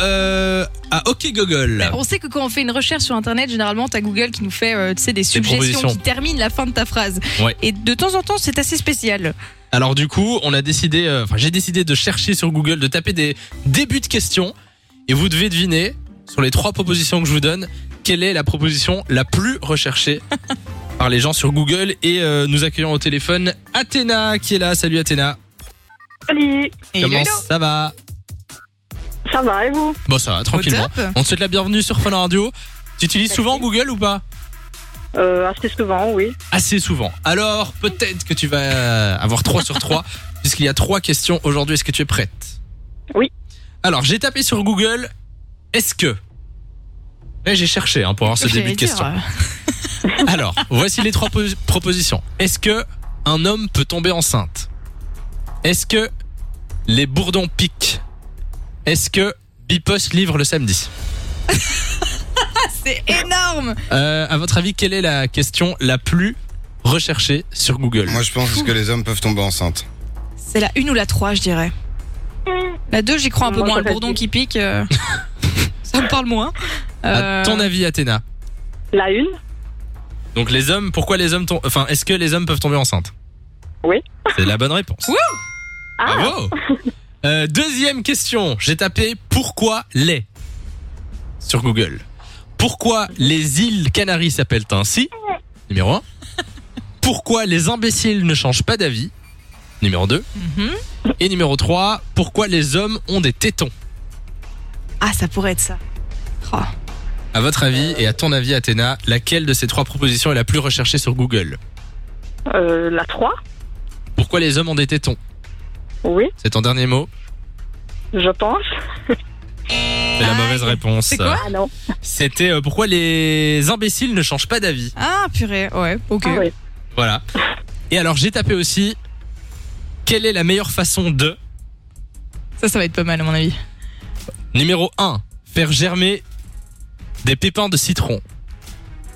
euh, à OK Google. On sait que quand on fait une recherche sur internet, généralement, t'as Google qui nous fait euh, tu sais, des suggestions propositions. qui terminent la fin de ta phrase. Ouais. Et de temps en temps, c'est assez spécial. Alors du coup, on a décidé, euh, enfin j'ai décidé de chercher sur Google, de taper des débuts de questions, et vous devez deviner sur les trois propositions que je vous donne, quelle est la proposition la plus recherchée par les gens sur Google. Et euh, nous accueillons au téléphone Athéna qui est là. Salut Athéna. Salut, Et Comment hello. ça va ça va et vous Bon ça va Au tranquillement. top. On te souhaite la bienvenue sur Fun Radio. Tu utilises souvent Google ou pas euh, Assez souvent, oui. assez souvent. Alors, peut-être que tu vas euh, avoir 3 sur 3, puisqu'il y a 3 questions aujourd'hui. Est-ce que tu es prête Oui. Alors, j'ai tapé sur Google, est-ce que... Là, j'ai cherché hein, pour avoir ce J'allais début de dire, question. euh, Alors, voici les trois pos- propositions. Est-ce que un homme peut tomber enceinte Est-ce que les bourdons piquent Est-ce que Bipos livre le samedi C'est énorme euh, À votre avis, quelle est la question la plus recherchée sur Google Moi, je pense que les hommes peuvent tomber enceintes. C'est la une ou la 3, je dirais. La 2, j'y crois un peu Mm. Moi, moins. ça Le bourdon fait- qui pique, euh, ça me parle moins. Euh, À ton avis, Athéna La une, Donc les hommes, pourquoi les hommes tom- enfin est-ce que les hommes peuvent tomber enceintes Oui. C'est la bonne réponse. ah, Bravo. Euh, deuxième question, j'ai tapé pourquoi les sur Google. Pourquoi les îles Canaries s'appellent ainsi Numéro 1. Pourquoi les imbéciles ne changent pas d'avis Numéro 2. mhm. Et numéro 3, pourquoi les hommes ont des tétons Ah, ça pourrait être ça. Oh. À votre avis et à ton avis Athéna, laquelle de ces trois propositions est la plus recherchée sur Google euh, la 3, Pourquoi les hommes ont des tétons oui, C'est ton dernier mot je pense. C'est la Aïe. mauvaise réponse. Ah, C'est quoi Ah non, C'était euh, pourquoi les imbéciles ne changent pas d'avis. Ah, purée, ouais, ok. ah oui. Voilà. Et alors j'ai tapé aussi quelle est la meilleure façon de Ça, ça va être pas mal, à mon avis. numéro 1 faire germer des pépins de citron.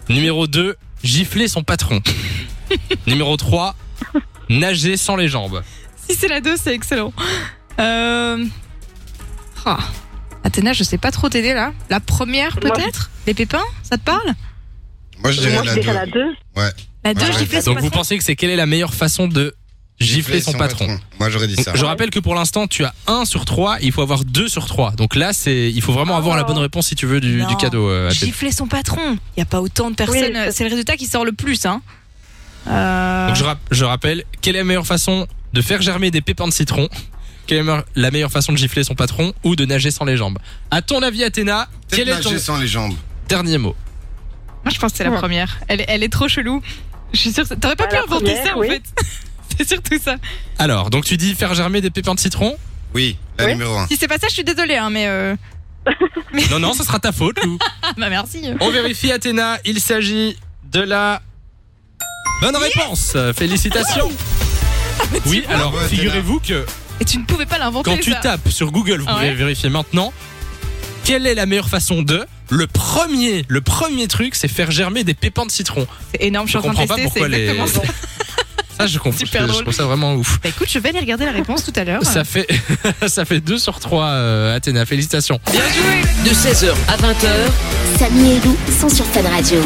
Numéro 2 gifler son patron. numéro 3 nager sans les jambes. Si c'est la 2, c'est excellent. Euh... ah. Athéna, je sais pas trop t'aider là. La première Moi, peut-être Les pépins Ça te parle Moi, je dirais Moi, je la dirais 2. la 2. La 2, Ouais, je giflais son Donc vous patron. pensez que c'est quelle est la meilleure façon de gifler son patron Moi, j'aurais dit Donc, ça. je rappelle que pour l'instant, tu as 1 sur 3, il faut avoir 2 sur 3. Donc là, c'est, il faut vraiment avoir la bonne réponse si tu veux du, Non. du cadeau. euh, Athéna. Gifler son patron. Il y a pas autant de personnes. Oui. c'est le résultat qui sort le plus. Hein. Euh, Donc, je, rap- je rappelle, quelle est la meilleure façon de faire germer des pépins de citron Quelle est me- la meilleure façon de gifler son patron ou de nager sans les jambes À ton avis, Athéna, Peut-être quel est ton nager sans les jambes. dernier mot Moi, je pense que c'est la Ouais. première. Elle, est- elle est trop chelou. Je suis sûre que t'aurais pas Bah, pu la inventer première, ça en oui. fait. c'est surtout ça. Alors, donc tu dis faire germer des pépins de citron Oui, la Oui. numéro 1. Si c'est pas ça, je suis désolée, hein, mais. euh, Non, non, ce sera ta faute, Lou. Ah, bah merci. On vérifie, Athéna, il s'agit de la bonne réponse. Félicitations. Oui, alors Bravo, Athéna. figurez-vous que Et tu ne pouvais pas l'inventer Quand tu ça. tapes sur Google, vous Ah ouais pouvez vérifier maintenant. Quelle est la meilleure façon de Le premier, le premier truc, c'est faire germer des pépins de citron. C'est énorme, je suis Je en train de comprends pas tester, c'est pourquoi les. exactement ça. Ça, je comprends. Super je, je drôle. trouve ça vraiment ouf. Bah écoute, je vais aller regarder la réponse tout à l'heure. Ça fait, ça fait 2 sur 3, Athéna. Félicitations. Bien joué de 16h à 20h. Samy et Lou sont sur Fan Radio.